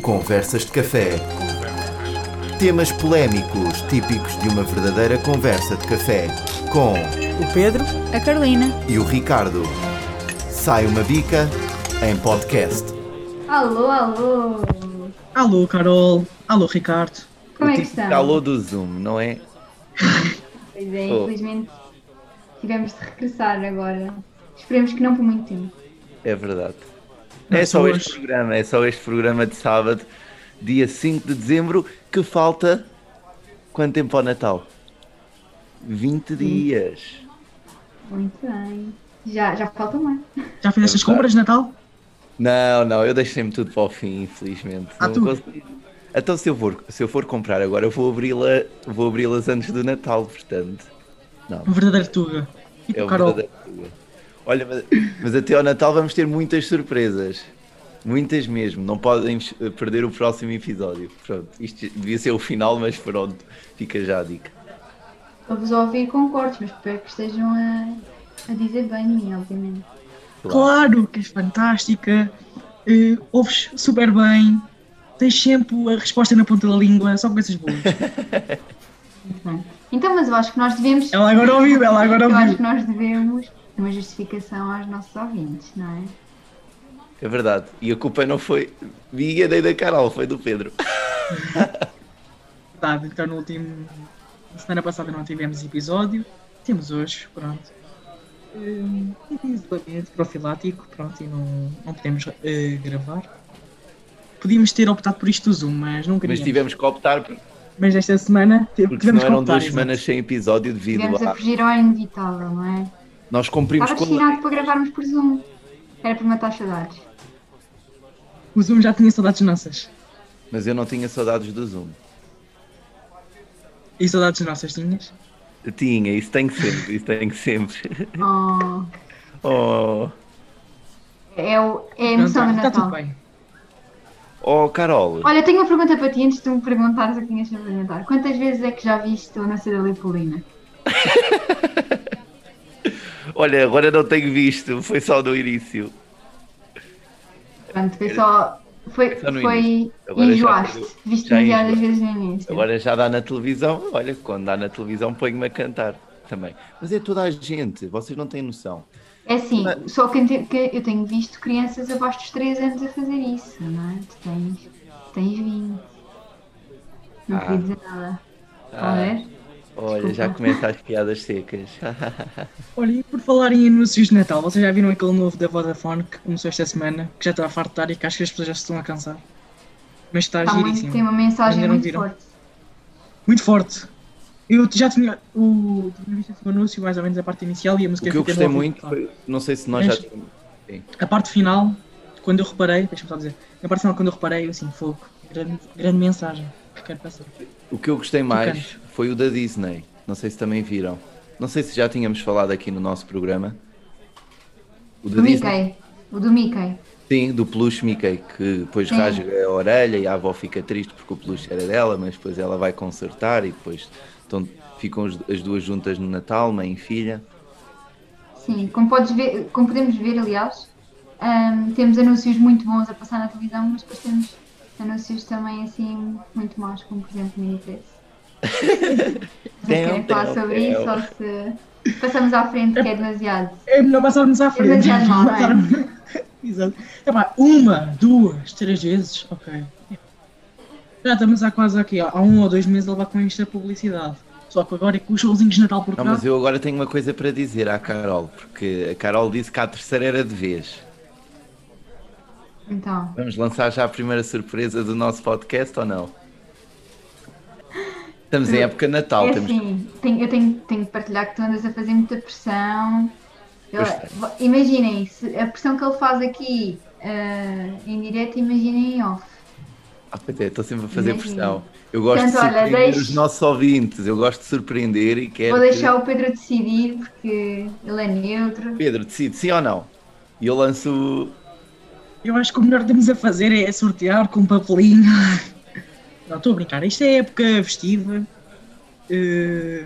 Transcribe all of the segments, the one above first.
Conversas de café. Temas polémicos típicos de uma verdadeira conversa de café. Com O Pedro A Carolina. e o Ricardo. Sai uma bica em podcast. Alô, alô! Alô, Carol. Alô, Ricardo. Como é que Tipo estão? calor do Zoom, não é? Pois é, Oh. infelizmente tivemos de regressar agora. Esperemos que não por muito tempo. É verdade. Não é só sou este hoje. programa, é só este programa de sábado, dia 5 de dezembro, que falta quanto tempo ao Natal? 20 dias. Muito bem. Já, já falta um ano. Já fizeste as Verdade. compras de Natal? Não, não, eu deixei me tudo para o fim, infelizmente. Ah, Não tu? consegui. Então se eu for, se eu for comprar agora, eu vou abri-la, vou abri-las antes do Natal, portanto. Um verdadeiro tuga. E É tu, o Então, Carol? verdadeiro Tuga. Olha, mas, mas até ao Natal vamos ter muitas surpresas. Muitas mesmo. Não podem eh, perder o próximo episódio. Pronto, isto devia ser o final, mas pronto, fica já a dica. Estou-vos a ouvir com cortes, mas espero que estejam a, a dizer bem de mim, obviamente. Claro que és fantástica. eh, ouves super bem. Tens sempre a resposta na ponta da língua. Só coisas boas. Muito bem. Então, mas eu acho que nós devemos. Ela agora ouviu, ela agora Eu acho ouviu. que nós devemos uma justificação aos nossos ouvintes, não é? É verdade. E a culpa não foi minha nem da Carol, foi do Pedro. Verdade, então no último. Na semana passada não tivemos episódio. Temos hoje, pronto. Eh, tive isolamento profilático, pronto, e não, não podemos eh, gravar. Podíamos ter optado por isto do Zoom, mas não Mas queríamos. tivemos que optar por- Mas esta semana te- porque senão tivemos que eram optar. duas exato. semanas sem episódio devido Tivemos a a. fugir ao inevitável, não é? Nós cumprimos Estava com destinado para gravarmos por Zoom. Era para matar saudades. O Zoom já tinha saudades nossas. Mas eu não tinha saudades do Zoom. E saudades nossas tinhas? Tinha, isso tem que sempre, isso tem que sempre. Oh. Oh, É, o, é a emoção do está Natal. Então tá, tudo bem. oh Carol. Olha, eu tenho uma pergunta para ti antes de tu me perguntares o que tinhas para perguntar. Quantas vezes é que já viste o Nascer da Leopoldina? Olha, agora não tenho visto, foi só no início. Portanto, foi só. Foi. Só no foi início. Agora já enjoaste. perdeu. Viste Já demasiadas enjoei. vezes no início. Agora já dá na televisão, olha, quando dá na televisão ponho-me a cantar também. Mas é toda a gente, vocês não têm noção. É assim, Mas- só que eu te- que eu tenho visto crianças abaixo dos 3 anos a fazer isso, não é? Tu tens, tu tens 20. Não Ah. queria dizer nada. Estão a Ah, ver? tá olha, já começa as piadas secas. Olha, e por falar em anúncios de Natal, vocês já viram aquele novo da Vodafone que começou esta semana, que já está a fartar e que acho que as pessoas já se estão a cansar. Mas está Está Tá muito, giríssimo. tem uma Ainda mensagem não muito viram. forte. Muito forte. Eu já tinha, o, tinha visto assim, o anúncio, mais ou menos a parte inicial e a O música que eu fica gostei no ouvido. muito foi, não sei se nós já tínhamos. A parte final, quando eu reparei, deixa-me só dizer, a parte final quando eu reparei, eu assim, fogo, grande, grande mensagem que quero passar. O que eu gostei mais foi o da Disney. Não sei se também viram. Não sei se já tínhamos falado aqui no nosso programa. O da Do Mickey. O do Mickey. Sim, do peluche Mickey, que depois Sim. rasga a orelha e a avó fica triste porque o peluche era dela, mas depois ela vai consertar e depois estão- ficam as- as duas juntas no Natal, mãe e filha. Sim, como, podes ver, como podemos ver, aliás, hum, temos anúncios muito bons a passar na televisão, mas depois temos anúncios também assim muito maus, como por exemplo o Minipress. Não sei se querem Teu, falar teu, sobre teu. isso um. ou se passamos à frente, que é demasiado. É melhor passarmos à frente. já não, não é? Passarmos- Exato. Epá, uma, duas, três vezes, ok. Já estamos há quase aqui, há um ou dois meses a levar com esta publicidade. Só que agora é com os showzinhos de Natal por cá. Não, Uhum. mas eu agora tenho uma coisa para dizer à Carol, porque a Carol disse que a terceira era de vez. Então, Vamos lançar já a primeira surpresa do nosso podcast ou não? Estamos em época de Natal, é temos assim, tenho- eu tenho, tenho que partilhar que tu andas a fazer muita pressão. Eu- Pois tem. vo- imaginem, se a pressão que ele faz aqui ah, em direto, imaginem em off. Ah, pois é, estou sempre a fazer Imagina. pressão. Eu gosto assim. Portanto, de olha, surpreender deixe- os nossos ouvintes, eu gosto de surpreender e quero. Vou que- deixar o Pedro decidir porque ele é neutro. Pedro, decide sim ou não. E eu lanço. Eu acho que o melhor que temos a fazer é sortear com um papelinho. Não, estou a brincar. Isto é época festiva. eh,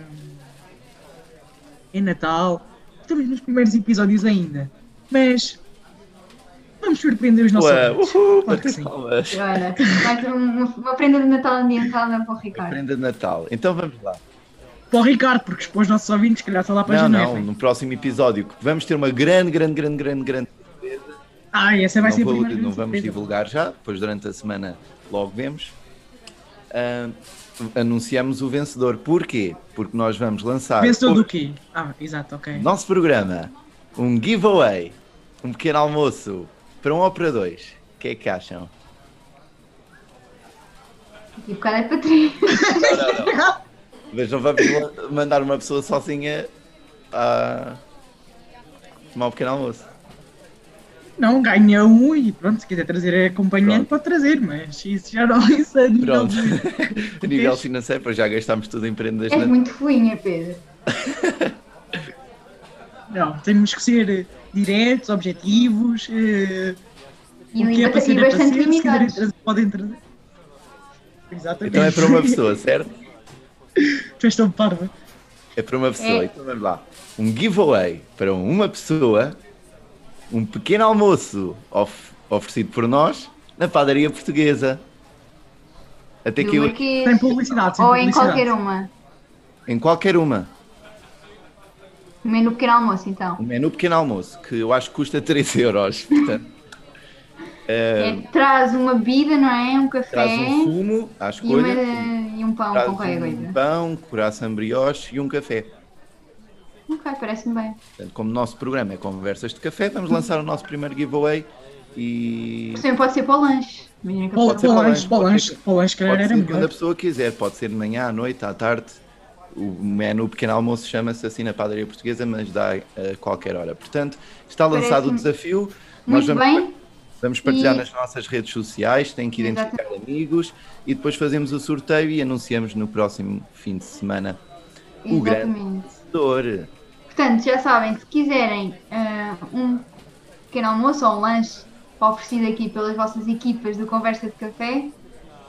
É Natal. Estamos nos primeiros episódios ainda. Mas. Vamos surpreender os nossos Ué, ouvintes. uhul, Claro que bater sim. palmas. Olha, mais um- uma prenda de Natal ambiental é para o Ricardo. Prenda de Natal. Então vamos lá. Para o Ricardo, porque depois os nossos ouvintes, se calhar, está lá para Não, janeiro. não, no próximo episódio. que Vamos ter uma grande, grande, grande, grande, grande. Ah, essa vai Não, ser vou- a não primeira grande vamos surpresa. divulgar já, depois durante a semana logo vemos. Ah, anunciamos o vencedor. Porquê? Porque nós vamos lançar Vencedor hoje do quê? Ah, exato, ok. no nosso programa um giveaway, um pequeno almoço para um ou para dois. O que é que acham? E o bocado é para três. Não, não, não. Mas não vamos la- mandar uma pessoa sozinha a tomar um pequeno almoço. Não, ganha um e pronto, se quiser trazer acompanhante, pode trazer, mas isso já não isso é nível Pronto. de- a nível financeiro, pois já gastámos tudo em prendas. És Natal. muito ruim, é Pedro. Não, temos que ser eh, diretos, objetivos. eh, E, o que é e, para ser e é para ser, bastante se quiserem limitados. trazer, podem trazer. Exatamente. Então é para uma pessoa, certo? Tu és tão parva. É para uma pessoa. É. Então vamos lá. Um giveaway para uma pessoa, um pequeno almoço of- oferecido por nós na padaria portuguesa. Até que Do eu, Marquês, Sem publicidade, sem ou em publicidade. qualquer um. uma. em qualquer uma. No Um menu pequeno almoço, então. Um menu pequeno almoço, que eu acho que custa 3 euros. Portanto, É, traz uma bebida, não é? Um café traz um fumo à e, uma- escolha. e um pão Traz com qualquer um coisa. pão, um coração brioche e um café. Ok, parece-me bem. Portanto, como o nosso programa é Conversas de Café, vamos lançar o nosso primeiro giveaway e Também pode ser para o lanche. Imagina que Para eu ser o para lanche, bem, para o pode lanche, ser- para o lanche, se calhar Pode era ser quando a melhor. pessoa quiser, pode ser de manhã, à noite, à tarde. O menu pequeno almoço chama-se assim na padaria portuguesa, mas dá a qualquer hora. Portanto, está lançado o Parece-me desafio. Nós Muito vamos, bem. vamos partilhar E- nas nossas redes sociais, tem que identificar amigos e depois fazemos o sorteio e anunciamos no próximo fim de semana o grande. Exatamente. o vencedor. Portanto, já sabem, se quiserem ah, um pequeno almoço ou um lanche oferecido aqui pelas vossas equipas do Conversa de Café,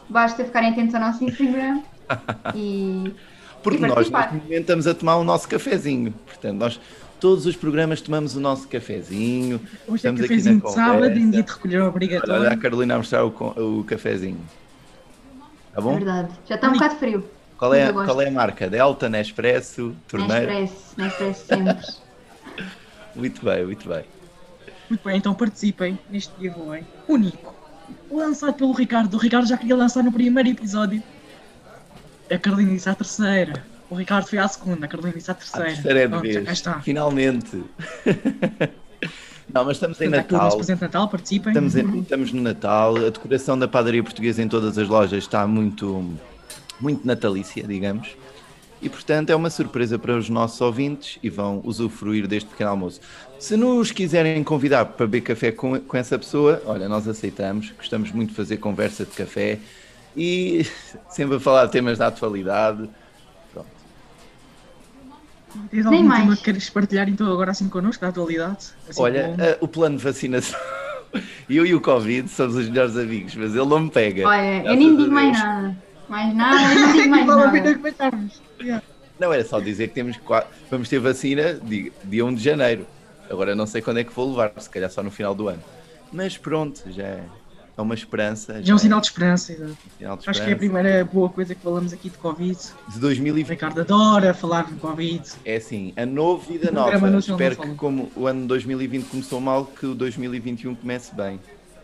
basta ficarem atentos ao nosso Instagram e é Porque E nós, participar. neste momento, estamos a tomar o nosso cafezinho. Portanto, nós, todos os programas, tomamos o nosso cafezinho. Hoje é Estamos aqui na cafezinho de sábado, em conversa. dia de recolher Olha, olha a obrigatório. Carolina a mostrar o, co- o cafezinho. Tá é bom? verdade. Já está um bocado frio. Qual é, Eu gosto. qual é a marca? Delta, Nespresso, Torneiro? Nespresso, Nespresso sempre. Muito bem, muito bem. Muito bem, então participem neste giveaway único, lançado pelo Ricardo. O Ricardo já queria lançar no primeiro episódio. A Carolina disse à terceira. O Ricardo foi à segunda, a Carolina disse à A terceira. terceira é de Pronto, já cá vez. está. Finalmente. Não, mas estamos em Portanto, há aqui o nosso Natal. presente de Natal, participem. Estamos, em- estamos no Natal. A decoração da padaria portuguesa em todas as lojas está muito, muito natalícia, digamos. E portanto é uma surpresa para os nossos ouvintes e vão usufruir deste pequeno almoço. Se nos quiserem convidar para beber café com, com essa pessoa, olha, nós aceitamos, gostamos muito de fazer conversa de café e sempre a falar de temas da atualidade. Pronto. Tens algum Nem tema mais. que queres partilhar então agora assim connosco, da atualidade? Assim, Olha, com- eh, o plano de vacinação. Eu e o Covid somos os melhores amigos, mas ele não me pega. Olha, eu Graças nem a digo mais É. Deus. nada. Mais nada, eu não digo mais Vale a pena nada. comentarmos. Yeah. Não, era só dizer que temos qua- vamos ter vacina di- dia 1 de janeiro. Agora não sei quando é que vou levar, se calhar só no final do ano. Mas pronto, já é é uma esperança. Já é um sinal de esperança. exato. um sinal de Acho que é esperança. a primeira boa coisa que falamos aqui de Covid. De O 2020. Ricardo adora falar de Covid. É assim, a nova vida O nova. programa não se Espero fala. que como o ano 2020 começou mal, que o 2021 comece bem.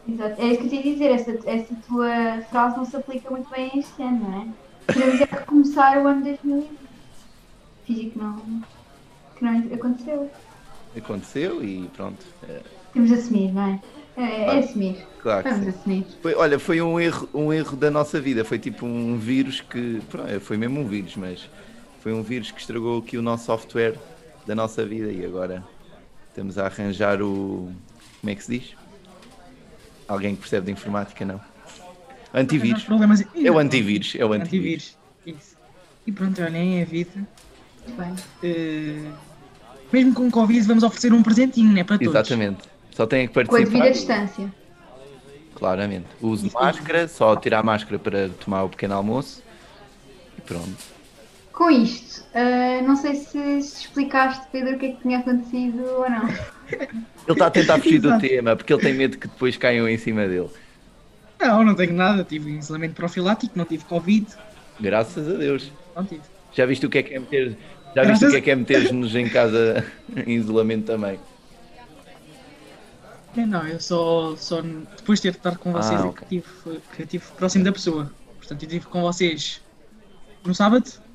Exato. É isso que eu te ia dizer, essa, essa tua frase não se aplica muito bem a este ano, não é? Podemos é recomeçar o ano 2020. Fingi que não, que não aconteceu. Aconteceu e pronto. é, Temos de assumir, não é? É, é assumir. claro que é. Vamos sim. assumir. Foi- olha, foi um erro, um erro da nossa vida. Foi tipo um vírus que. pronto, Foi mesmo um vírus, mas foi um vírus que estragou aqui o nosso software da nossa vida e agora estamos a arranjar o. Como é que se diz? Alguém que percebe de informática, não? Arranjar Antivírus. Problemas... É o antivírus, é o antivírus. Antivírus. Isso. E pronto, olhem, é a vida. Muito bem. Eh, Mesmo com Covid, vamos oferecer um presentinho, né? Para todos. Exatamente. Só têm que Com a devida participar. distância. Claramente. Uso Isso mesmo. máscara, só tirar a máscara para tomar o pequeno almoço e pronto. Com isto, ah, não sei se explicaste, Pedro, o que é que tinha acontecido ou não. É. Ele está a tentar fugir do Exato. tema, porque ele tem medo que depois caiam em cima dele. Não, não tenho nada. Tive isolamento profilático, não tive Covid. Graças a Deus. Não tive. Já viste o que é que é meter? Já Graças viste o que a- é que é meter-nos em casa em isolamento também? Não, não, eu só, só depois de ter estado com Ah, vocês é ok. que tive, que eu tive próximo da pessoa. Portanto, eu estive com vocês no sábado.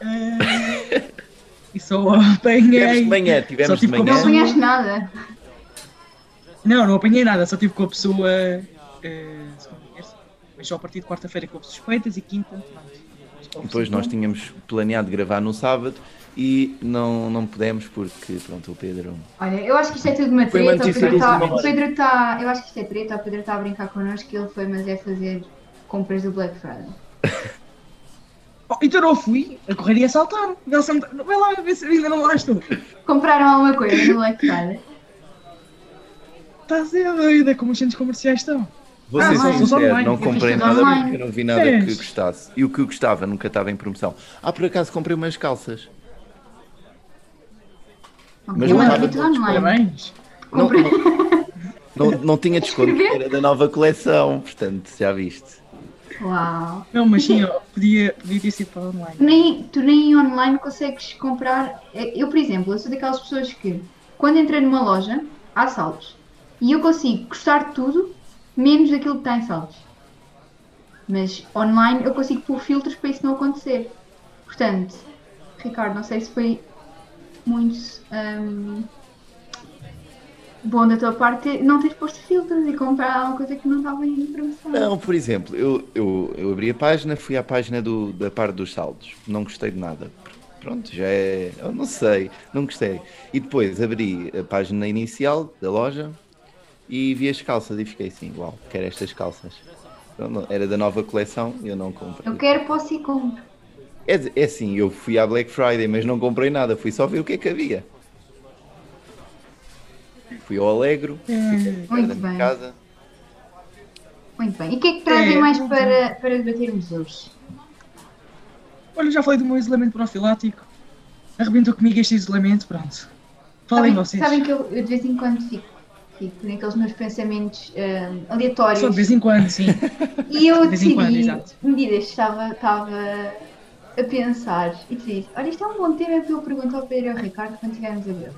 Eh, e só Tivemos de apanhei. manhã, Só tivemos de tive manhã. Não Não. apanhaste nada. Não, não apanhei nada, só tive com a pessoa. eh, segunda, terça. Mas só a partir de quarta-feira com suspeitas e quinta. pronto. Depois nós tínhamos planeado gravar no sábado e não, não pudemos porque, pronto, o Pedro... Olha, eu acho que isto é tudo uma Foi uma treta. O notícia Pedro de tá- última hora. o Pedro está. eu acho que isto é treta. O Pedro está a brincar connosco que ele foi, mas é fazer compras do Black Friday. Oh, então não fui, a correr ia saltar. Vai lá ver se ainda não lá estou. Compraram alguma coisa no Black Friday? Está a ser doida como os centros comerciais estão. Vou Ah, ser mas- sincero, não Eu fiz comprei tudo nada online. porque eu não vi nada que Fez. gostasse. E o que eu gostava nunca estava em promoção. Ah, por acaso comprei umas calças. Não, Mas eu não ando estava muito todos online. Parabéns. Não, Comprei. não, não- não tinha desconto, Escrever? era da nova coleção, portanto, já viste. Uau. Não, mas sim, ó, podia, podia ter sido para online. Nem, tu nem online consegues comprar. é, Eu, por exemplo, eu sou daquelas pessoas que, quando entrei numa loja, há saldos. E eu consigo gostar de tudo, menos daquilo que está em saldos. Mas online eu consigo pôr filtros para isso não acontecer. Portanto, Ricardo, não sei se foi muito hum, bom da tua parte não teres posto filtros e comprar alguma coisa que não estava em promoção. Não, por exemplo, eu, eu, eu abri a página, fui à página do- da parte dos saldos. Não gostei de nada. Pronto, já é. Eu não sei, não gostei. E depois abri a página inicial da loja e vi as calças e fiquei assim: uau, quero estas calças. Não, não, Era da nova coleção e eu não comprei. Eu quero, posso e compro. É, de- é assim, eu fui à Black Friday, mas não comprei nada, fui só ver o que é que havia. Fui ao Alegro, fiquei perto da Hum, Muito minha bem. casa. Muito bem. E o que é que trazem É, mais muito para, para debatermos hoje? Olha, já falei do meu isolamento profilático. Arrebentou comigo este isolamento, pronto. Falem sabem, vocês. sabem que eu, eu de vez em quando fico, fico naqueles meus pensamentos ahm, aleatórios. Só de vez em quando, sim. E eu de vez em quando, decidi, exato. medidas, estava, estava a pensar e decidi, olha, isto é um bom tema para eu perguntar ao Pedro e ao Ricardo quando estivermos a ver.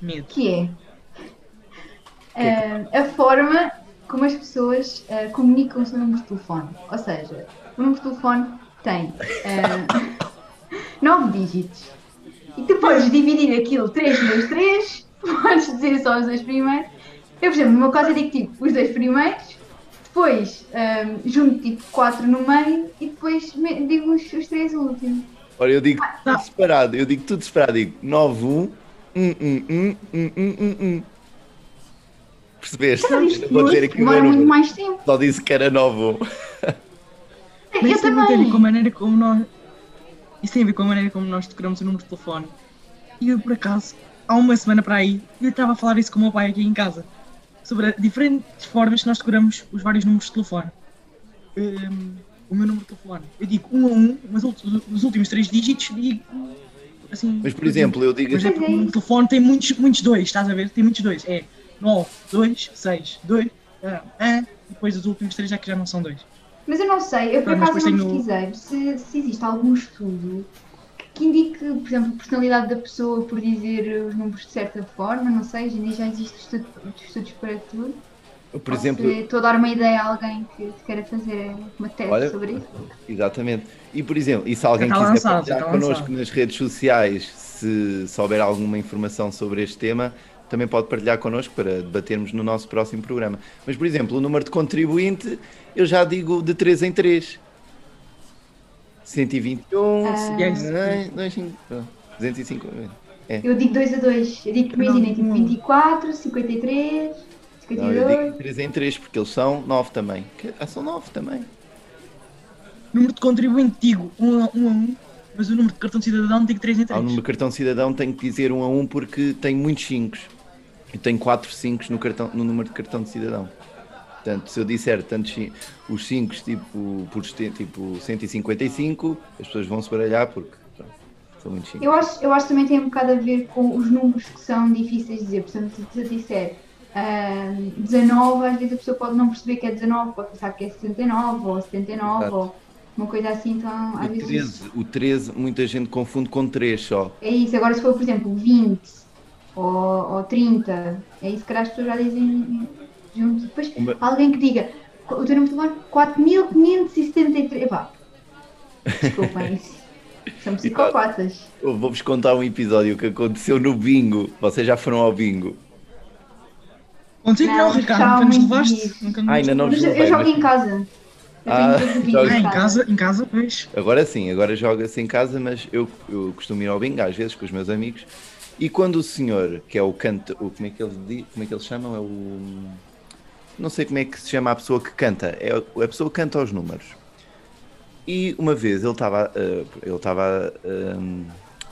Medo. Que é ahm, a forma como as pessoas ah, comunicam o seu número de telefone. Ou seja, o número de telefone tem ah, nove dígitos. E tu podes dividir aquilo 3 vezes 3, podes dizer só os dois primeiros. Eu, por exemplo, no meu caso eu digo tipo os dois primeiros, depois ahm, junto tipo 4 no meio e depois me- digo os, os três últimos. Olha, eu digo não. tudo separado, eu digo tudo separado, digo 9-1, 1-1-1, 1-1-1-1. Percebeste? Cara, É Eu Então, um isto não vou dizer aqui o meu demora muito número, mais tempo. só disse que era um. 9 Mas É, eu isso tem muito a ver com a também. maneira como é nós. Isso tem a ver com a maneira como nós decoramos o número de telefone. E eu, por acaso, há uma semana para aí, eu estava a falar isso com o meu pai aqui em casa. Sobre a- diferentes formas que nós decoramos os vários números de telefone. Hum, o meu número de telefone. Eu digo um a um, mas ult- os últimos três dígitos digo. Assim, Mas, por exemplo, eu digo Mas é assim, porque o número de telefone tem muitos, muitos dois, estás a ver? Tem muitos dois. É 9, 2, 6, 2, ah, ah, e depois os últimos três já que já não são dois. Mas eu não sei, eu por Ah, mas acaso depois não tenho- pesquisei se, se existe algum estudo que indique, por exemplo, a personalidade da pessoa por dizer os números de certa forma, não sei, hoje em dia já existem estudo- estudos para tudo. por Ou exemplo, se estou a dar uma ideia a alguém que que queira fazer uma tese Olha, sobre isso. Exatamente. E por exemplo, e se alguém Já está quiser lançado, já partilhar está connosco lançado. nas redes sociais, se souber alguma informação sobre este tema, também pode partilhar connosco para debatermos no nosso próximo programa. Mas, por exemplo, o número de contribuinte, eu já digo de 3 em 3. 121, Ah. 250. Eu digo 2 a 2, eu digo que Não, imaginem, tipo não. 24, 53, Não, eu 52. digo 3 em 3 porque eles são 9 também. Que- Ah, são 9 também. Número de contribuinte digo 1 a 1, mas o número de cartão de cidadão digo 3 em Ao 3. número de cartão cidadão tenho que dizer um a um porque tem muitos 5. Eu tenho 4 5 no, cartão- no número de cartão de cidadão. Portanto, se eu disser tantos, ci- os 5 tipo, por este- tipo 155, as pessoas vão se baralhar porque pronto, são muitos 5. Eu acho, eu acho que também tem um bocado a ver com os números que são difíceis de dizer. Portanto, se- se eu disser ah, 19, às vezes a pessoa pode não perceber que é 19, pode pensar que é 69 ou 79 Exato. ou uma coisa assim. Então, às O vezes 13, o 13, muita gente confunde com 3 só. é isso. Agora, se for, por exemplo, 20 ou, ou 30, é isso que as pessoas já dizem juntos. Depois, Uma- há alguém que diga o teu número de telefone 4573. Epá, desculpem, isso. são psicopatas. Eu vou-vos contar um episódio que aconteceu no bingo. Vocês já foram ao bingo. Contigo não, Não, Ricardo, está nunca nos muito levaste. bonito. Nunca nos Ah, ainda não Mas vos eu, eu levei, jogo mas- em casa. Eu Ah, tenho tudo jogas Ah, em em casa. casa, em casa, pois. Agora sim, agora joga-se em casa, mas eu, eu costumo ir ao bingo às vezes com os meus amigos. E quando o senhor, que é o canta, o, como, é que ele, di- como é que eles chamam? É o. Não sei como é que se chama a pessoa que canta. É a a pessoa que canta aos números. E uma vez ele estava eh, ele estava eh,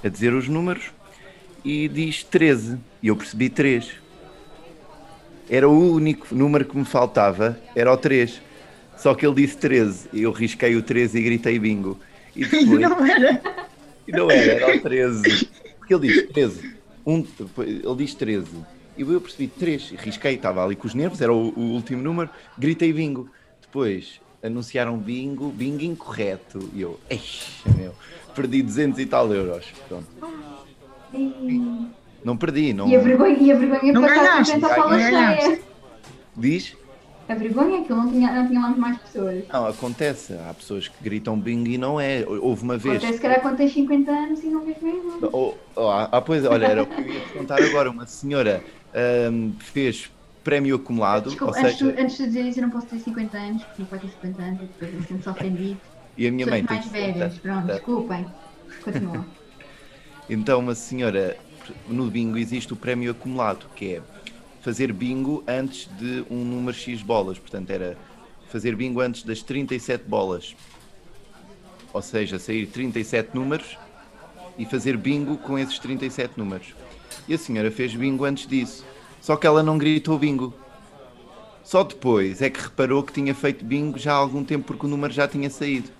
a dizer os números e diz 13. E eu percebi 3. Era o único número que me faltava, era o 3. Só que ele disse 13. E eu risquei o 13 e gritei bingo. E depois, Não era. e não era, era o 13. Porque ele diz 13. Um, ele diz 13. E eu percebi 3. Risquei, estava ali com os nervos, era o, o último número. Gritei bingo. Depois anunciaram bingo, bingo incorreto. E eu, eixa, meu, perdi 200 e tal euros. Pronto. E Não perdi, não. a vergonha, e a vergonha Não passar ganhaste, 50 à sala não cheia. ganhaste. Diz? A vergonha é que eu não tinha, não tinha lá mais pessoas. Não, acontece. Há pessoas que gritam bingo e não é. Houve uma vez. Até se calhar quando tens 50 anos e não vês mesmo. Oh, oh, ah, ah, pois, olha, era o que eu ia te contar agora. Uma senhora ahm, fez prémio acumulado, Desculpa, ou antes, seja, de- antes de dizer isso, eu não posso ter 50 anos, porque não pode ter 50 anos e depois eu sinto-se ofendido. e a minha mãe Pessoas tem mais velhas, 60. pronto, Tá. desculpem. Continua. Então, uma senhora, no bingo existe o prémio acumulado, que é fazer bingo antes de um número X bolas. Portanto, era fazer bingo antes das 37 bolas. Ou seja, sair 37 números e fazer bingo com esses 37 números. E a senhora fez bingo antes disso. Só que ela não gritou bingo. Só depois é que reparou que tinha feito bingo já há algum tempo porque o número já tinha saído.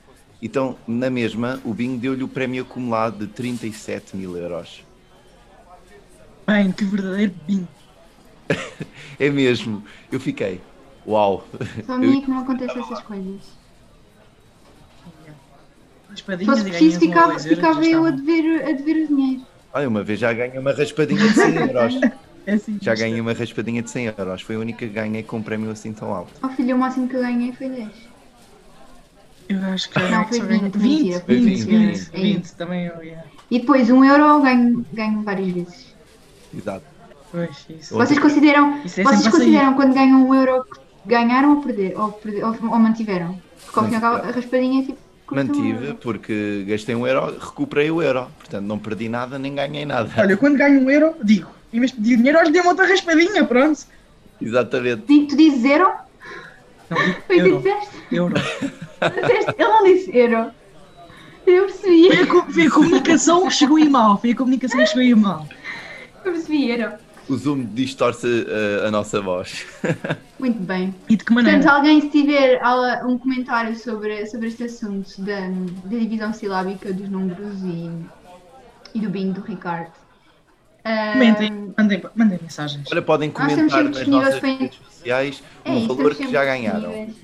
Então, na mesma, o bingo deu-lhe o prémio acumulado de 37 mil euros. Bem, que verdadeiro bingo. É mesmo. Eu fiquei. Uau. Só a mim é que não acontece essas coisas. As Se padinhas fosse e preciso, ganhas uma ou ficava, dois euros, ficava já eu a está bom. dever, a dever o dinheiro. Olha, uma vez já ganhei uma raspadinha de 100 euros. É assim, Já isto. ganhei uma raspadinha de 100 euros. Foi a única que ganhei com um prémio assim tão alto. Oh filho, o máximo que eu ganhei foi 10. Eu acho que Não, foi 20, 20, 20, mentira, 20, 20, foi 20, 20, é também eu ia. E depois, 1 um euro eu ganho, ganho várias vezes. Exato. Pois, isso. Outra- Vocês consideram Isso é Vocês tipo, sempre assim. consideram quando ganham um euro que ganharam ou perder? Ou, perder- ou, ou mantiveram? Porque ao final Mantiveram. a raspadinha é tipo. custa um Mantive euro. porque gastei um euro, recuperei o euro. Portanto, não perdi nada nem ganhei nada. Olha, quando ganho um euro, digo, em vez de pedir dinheiro, olha, dê-me outra raspadinha, pronto. Exatamente. Digo, tu dizes euro? Não, digo Foi o que euro, disseste? euro. Disseste? Ele não disse euro. Eu percebi, Foi a, co- foi a comunicação que chegou aí mal, foi a comunicação que chegou aí mal. eu percebi euro. O zoom distorce uh, a nossa voz. Muito bem. E de que Portanto, maneira? alguém se tiver ah, um comentário sobre, sobre este assunto da, da divisão silábica dos números e, e do bingo do Ricardo. ah, Comentem, mandem, mandem mensagens. Agora podem Nós estamos comentar sempre nas disponíveis nossas para- redes sociais É o isso, valor estamos que sempre já ganharam. disponíveis.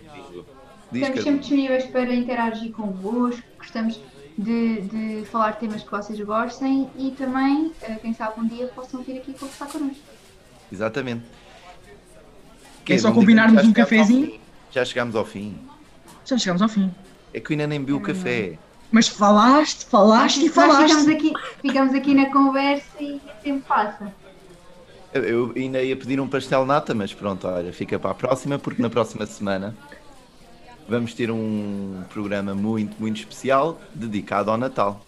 Diz Estamos que- sempre disponíveis para interagir convosco, gostamos de, de falar temas que vocês gostem e também, eh, quem sabe um dia, possam vir aqui conversar connosco. Exatamente. É só Não diga- combinarmos já um chegámos ao cafezinho. fim. Já chegámos ao fim. Já chegamos ao fim. É que eu ainda nem bebi o café. Mas falaste, falaste e Nós- nós ficamos falaste. aqui, ficamos aqui na conversa e o tempo passa. Eu- Eu ainda ia pedir um pastel nata, mas pronto, olha, fica para a próxima, porque na próxima semana vamos ter um programa muito, muito especial dedicado ao Natal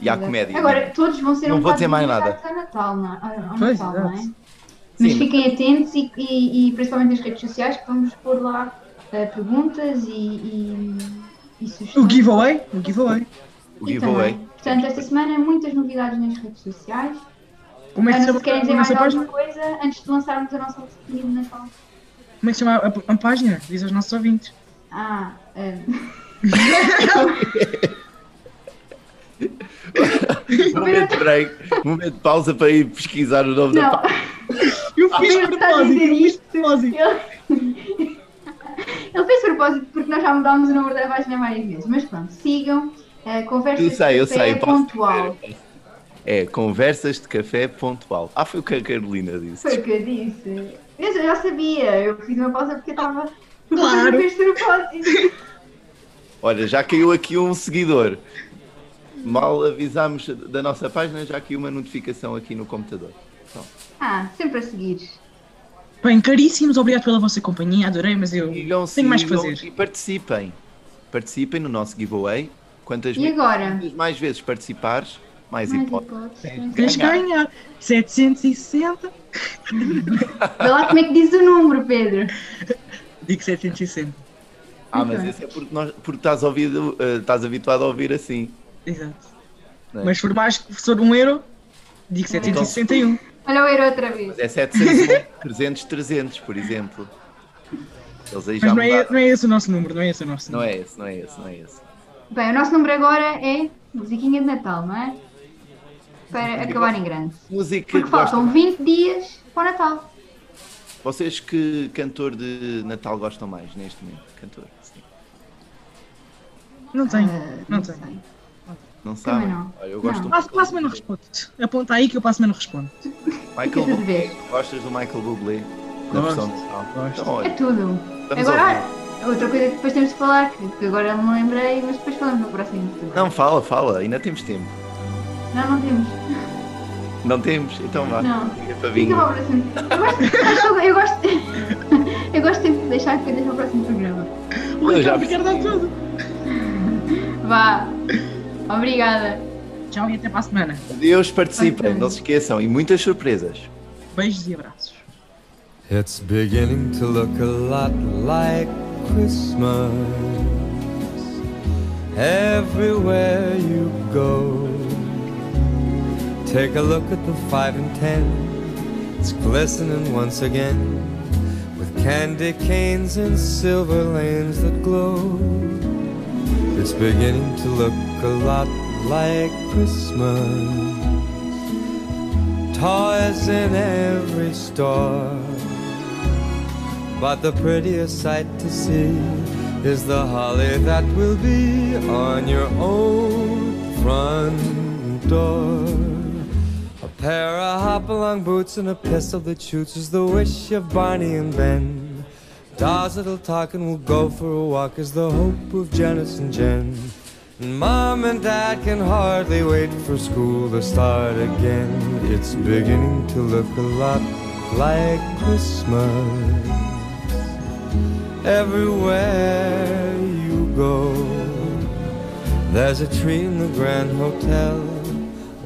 e à comédia. Agora, todos vão ser Não um vou bocado dizer mais nada. dedicados ao Natal, não, ao- ao Pois, Natal, não é? exato. Mas Sim. fiquem atentos e, e- e principalmente nas redes sociais, que vamos pôr lá eh, perguntas e, e, e sugestões. O giveaway, o giveaway. o E giveaway. também. Portanto, esta semana muitas novidades nas redes sociais. Como é Ana, que Ah, se querem se dizer a mais nossa alguma página? coisa antes de lançarmos a nossa rotina de Natal. Como é que se chama a, a- a página? Diz aos nossos ouvintes. Ah, hum. Momento, break, momento de pausa para ir pesquisar o nome da não. página. Eu fiz Ele está a propósito, eu dizer fiz isto. propósito. Ele... Ele fez propósito porque nós já mudámos o número da página várias vezes. Mas pronto, sigam. eh, conversas Eu sei, eu de café sei, posso pontual. É conversas de café pontual. Ah, foi o que a Carolina disse. Foi o que eu disse. Eu já- já sabia, eu fiz uma pausa porque estava. Claro. Fez propósito. Olha, já caiu aqui um seguidor. Mal avisámos da nossa página, já caiu uma notificação aqui no computador. Ah, sempre a seguir. Bem, caríssimos, obrigado pela vossa companhia, adorei, mas eu Sigam, tenho mais que sigam fazer. E participem. Participem no nosso giveaway. Quantas, E agora? quantas mais vezes participares, mais Mais hipóteses. hipóteses. Queres ganhar? 760. Vê lá como é que diz o número, Pedro. Digo 760. Ah, mas isso é porque, nós, porque estás, ouvido, eh, estás habituado a ouvir assim. Exato. Não é? Mas por mais que for um euro, digo 761. Olha o Eiro outra vez. Mas é 700, 300, 300, por exemplo. Eles aí já Mas não é, mudaram. não é esse o nosso número, não é esse o nosso Não número. é esse, não é esse, não é esse. Bem, o nosso número agora é musiquinha de Natal, não é? Para acabar em grande. Música Porque que gostam. faltam 20 dias para o Natal. Vocês que cantor de Natal gostam mais neste momento? Cantor, sim. é. Não tenho, Ah, não tenho. sei. Não sabem? não. Olha, eu gosto um do Não. Passo- Para a semana respondo. Aponta aí que eu para a semana respondo. Michael Fica de Bublé. vez. Gostas do Michael Bublé? Da Gosto, versão Natal? gosto. Então, É olha, tudo. vamos Agora, ouvir. outra coisa que depois temos de falar, que que agora não me lembrei, mas depois falamos no próximo episódio. Não, fala, fala, ainda temos tempo. Não, não temos. Tá Não temos? Então vá. Não. Fica para Fica vinho. para o próximo. Eu gosto, eu gosto, eu gosto sempre de deixar coisas para o próximo programa. O Eu já Ricardo quer dar tudo. Vá. Obrigada. Tchau e até para a semana. Adeus, participem, Ok. não se esqueçam. E muitas surpresas. Beijos e abraços. It's beginning to look a lot like Christmas everywhere you go. Take a look at the five and ten, it's glistening once again with candy canes and silver lanes that glow. It's beginning to look a lot like Christmas. Toys in every store. But the prettiest sight to see is the holly that will be on your own front door. A pair of hopalong boots and a pistol that shoots is the wish of Barney and Ben. Dolls that'll talk and will go for a walk is the hope of Janice and Jen. And Mom and Dad can hardly wait for school to start again. It's beginning to look a lot like Christmas everywhere you go. There's a tree in the Grand Hotel,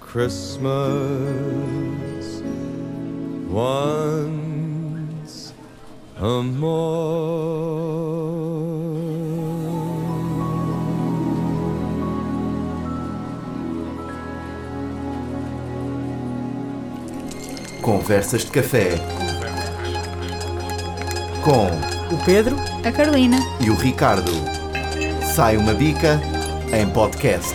Christmas once a more. Conversas de Café. Com O Pedro A Carolina. e o Ricardo. Sai uma bica em podcast.